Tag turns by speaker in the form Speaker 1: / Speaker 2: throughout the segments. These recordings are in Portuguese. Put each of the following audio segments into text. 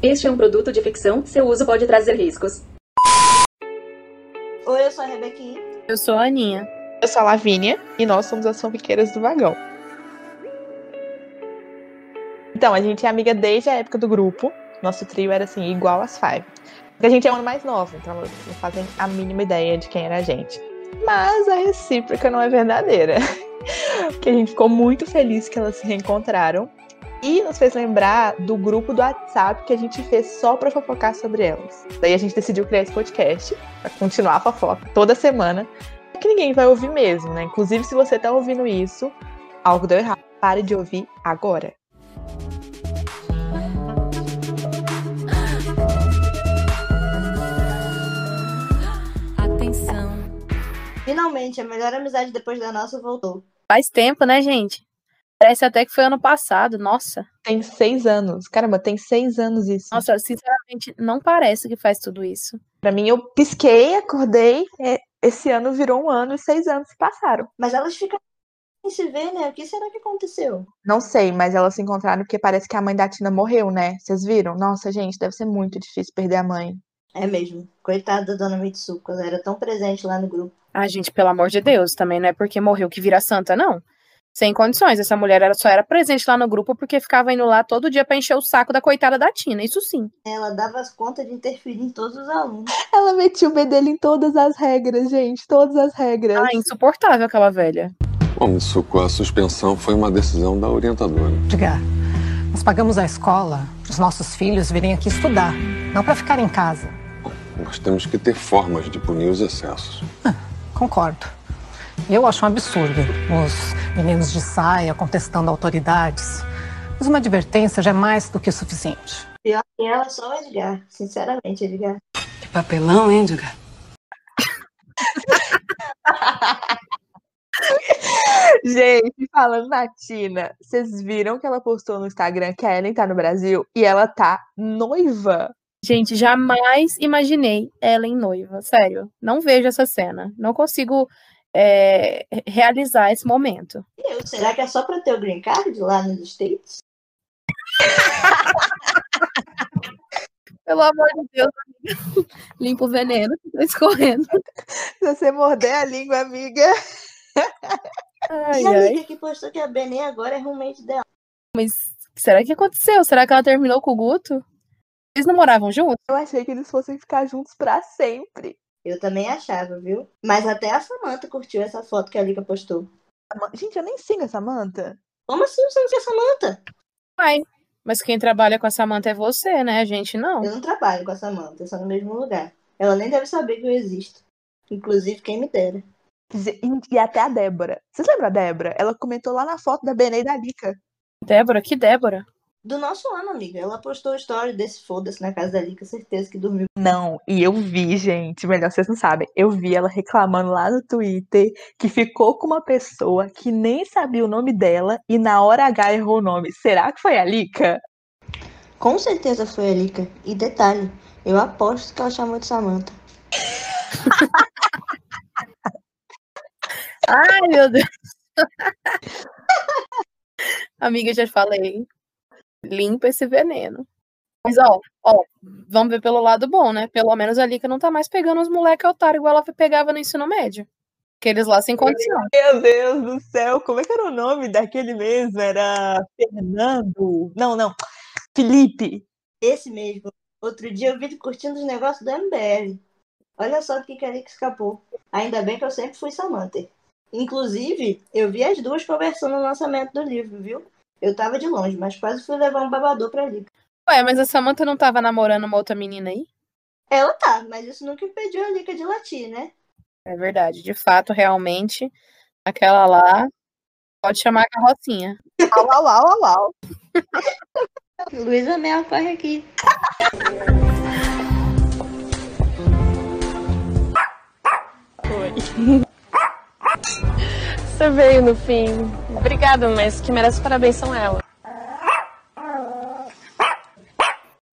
Speaker 1: Este é um produto de ficção, seu uso pode trazer riscos.
Speaker 2: Oi, eu sou a Rebequinha.
Speaker 3: Eu sou a Aninha.
Speaker 4: Eu sou a Lavínia e nós somos as fanfiqueiras do Vagão. Então, a gente é amiga desde a época do grupo. Nosso trio era assim, igual às Five. Porque a gente é um ano mais novo, então elas não fazem a mínima ideia de quem era a gente. Mas a recíproca não é verdadeira. Porque a gente ficou muito feliz que elas se reencontraram e nos fez lembrar do grupo do WhatsApp que a gente fez só para fofocar sobre elas. Daí a gente decidiu criar esse podcast para continuar a fofoca toda semana, É que ninguém vai ouvir mesmo, né? Inclusive se você tá ouvindo isso, algo deu errado, pare de ouvir agora.
Speaker 5: Atenção.
Speaker 2: Finalmente, a melhor amizade depois da nossa voltou.
Speaker 3: Faz tempo, né, gente? Parece até que foi ano passado, nossa.
Speaker 4: Tem seis anos. Caramba, tem seis anos isso.
Speaker 3: Nossa, sinceramente, não parece que faz tudo isso.
Speaker 4: Pra mim, eu pisquei, acordei. é, Esse ano virou um ano e seis anos se passaram.
Speaker 2: Mas elas ficam sem se ver, né? O que será que aconteceu?
Speaker 4: Não sei, mas elas se encontraram porque parece que a mãe da Tina morreu, né? Vocês viram? Nossa, gente, deve ser muito difícil perder a mãe.
Speaker 2: É mesmo. Coitada da dona Mitsuko, ela era tão presente lá no grupo.
Speaker 3: Ah, gente, pelo amor de Deus, também não é porque morreu que vira santa, não. Sem condições, essa mulher era, só era presente lá no grupo porque ficava indo lá todo dia pra encher o saco da coitada da Tina, isso sim.
Speaker 2: Ela dava as contas de interferir em todos os alunos.
Speaker 4: Ela metia o bedelho em todas as regras, gente. Todas as regras.
Speaker 3: Ah, insuportável aquela velha.
Speaker 6: Bom, Mitsuko, a suspensão foi uma decisão da orientadora.
Speaker 5: Diga, nós pagamos a escola para os nossos filhos virem aqui estudar, não para ficar em casa.
Speaker 6: Nós temos que ter formas de punir os excessos.
Speaker 5: Concordo. Eu acho um absurdo os meninos de saia contestando autoridades. Mas uma advertência já é mais do que o suficiente.
Speaker 2: Pior que ela, só o Edgar. Sinceramente, Edgar.
Speaker 5: Que papelão, hein, Diga?
Speaker 4: Gente, falando na Tina, vocês viram que ela postou no Instagram que a Ellen tá no Brasil e ela tá noiva.
Speaker 3: Gente, jamais imaginei ela em noiva, sério. Não vejo essa cena. Não consigo é, realizar esse momento.
Speaker 2: E eu, será que é só pra ter o green card lá nos States?
Speaker 3: Pelo amor de Deus, amiga. limpa o veneno que tá escorrendo.
Speaker 4: Se você morder a língua, amiga.
Speaker 3: Ai,
Speaker 2: e a
Speaker 3: ai.
Speaker 2: amiga que postou que a Benê agora é roommate dela.
Speaker 3: Mas será que aconteceu? Será que ela terminou com o Guto? Eles não moravam juntos?
Speaker 4: Eu achei que eles fossem ficar juntos pra sempre.
Speaker 2: Eu também achava, viu? Mas até a Samantha curtiu essa foto que a Liga postou.
Speaker 4: Ama- Gente, eu nem sigo essa manta.
Speaker 2: Como assim você não quer Samantha?
Speaker 3: Ai, mas quem trabalha com a Samanta é você, né? A gente não.
Speaker 2: Eu não trabalho com a Samantha, só no mesmo lugar. Ela nem deve saber que eu existo. Inclusive, quem me dera.
Speaker 4: Gente, E até a Débora. Vocês lembram a Débora? Ela comentou lá na foto da Benê e da Lica.
Speaker 3: Débora, que Débora?
Speaker 2: Do nosso ano, amiga. Ela postou o story desse foda-se na casa da Lica, certeza que dormiu.
Speaker 4: Não, e eu vi, gente. Melhor vocês não sabem. Eu vi ela reclamando lá no Twitter que ficou com uma pessoa que nem sabia o nome dela e na hora H errou o nome. Será que foi a Lica?
Speaker 2: Com certeza foi a Lica. E detalhe, eu aposto que ela chamou de Samantha.
Speaker 3: Ai, meu Deus. Amiga, já falei. Limpa esse veneno. Mas, ó, ó, vamos ver pelo lado bom, né? Pelo menos a Lika não tá mais pegando os moleque otário igual ela pegava no ensino médio. Que eles lá sem condição.
Speaker 4: Meu Deus do céu, como é que era o nome daquele mesmo? Era Fernando? Não, não. Felipe.
Speaker 2: Esse mesmo. Outro dia eu vi ele curtindo os negócios do MBL. Olha só do que que a Lica escapou. Ainda bem que eu sempre fui Samantha. Inclusive, eu vi as duas conversando no lançamento do livro, viu? Eu tava de longe, mas quase fui levar um babador pra Lica.
Speaker 3: Ué, mas a Samantha não tava namorando uma outra menina aí?
Speaker 2: Ela tá, mas isso nunca impediu a Lica de latir, né?
Speaker 3: É verdade. De fato, realmente, aquela lá pode chamar a carrocinha.
Speaker 4: Au, au, au, au, au.
Speaker 2: Luísa Mel, corre aqui.
Speaker 7: Você veio no fim. Obrigada, mas que merece parabéns são ela.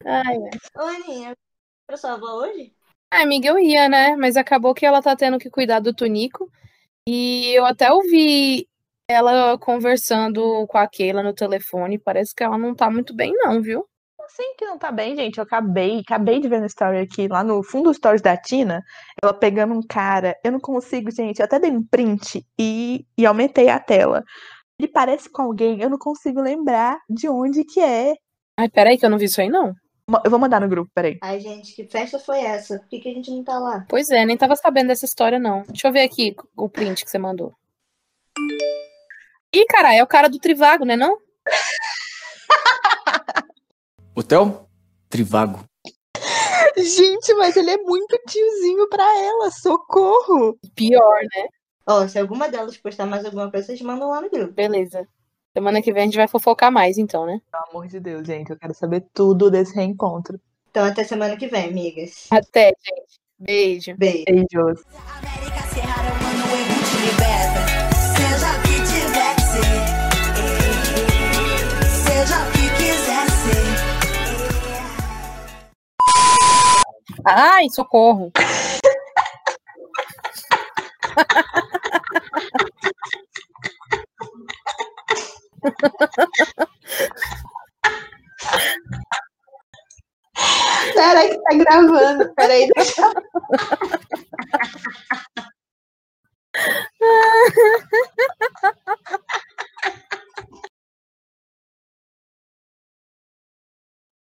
Speaker 3: Ai,
Speaker 2: Ô, Aninha, pra sua avó hoje?
Speaker 3: Ah, amiga, eu ia, né? Mas acabou que ela tá tendo que cuidar do Tunico. E eu até ouvi ela conversando com a Keila no telefone. Parece que ela não tá muito bem, não, viu?
Speaker 4: Assim que não tá bem, gente. Eu acabei, acabei de ver no story aqui, lá no fundo do stories da Tina, ela pegando um cara. Eu não consigo, gente. Eu até dei um print e, e aumentei a tela. Ele parece com alguém, eu não consigo lembrar de onde que é.
Speaker 3: Ai, peraí, que eu não vi isso aí, não.
Speaker 4: Mo- Eu vou mandar no grupo, peraí.
Speaker 2: Ai, gente, que festa foi essa? Por que, que a gente não tá lá?
Speaker 3: Pois é, nem tava sabendo dessa história, não. Deixa eu ver aqui o print que você mandou. Ih, cara, é o cara do Trivago, né não?
Speaker 8: Hotel? Trivago.
Speaker 4: Gente, mas ele é muito tiozinho pra ela, socorro!
Speaker 3: Pior,
Speaker 2: Ó, se alguma delas postar mais alguma coisa, vocês mandam lá no grupo.
Speaker 3: beleza. Semana que vem a gente vai fofocar mais, então, né?
Speaker 4: Pelo amor de Deus, gente, eu quero saber tudo desse reencontro.
Speaker 2: Então, até semana que vem, amigas.
Speaker 3: Até, gente. Beijo.
Speaker 2: Beijo.
Speaker 4: Beijos.
Speaker 9: América, Serrara, mano, o Emu te liberta. Seja o que tiver que ser. Seja o que quiser ser.
Speaker 3: Ai, socorro.
Speaker 4: Peraí que tá gravando, peraí. deixa eu-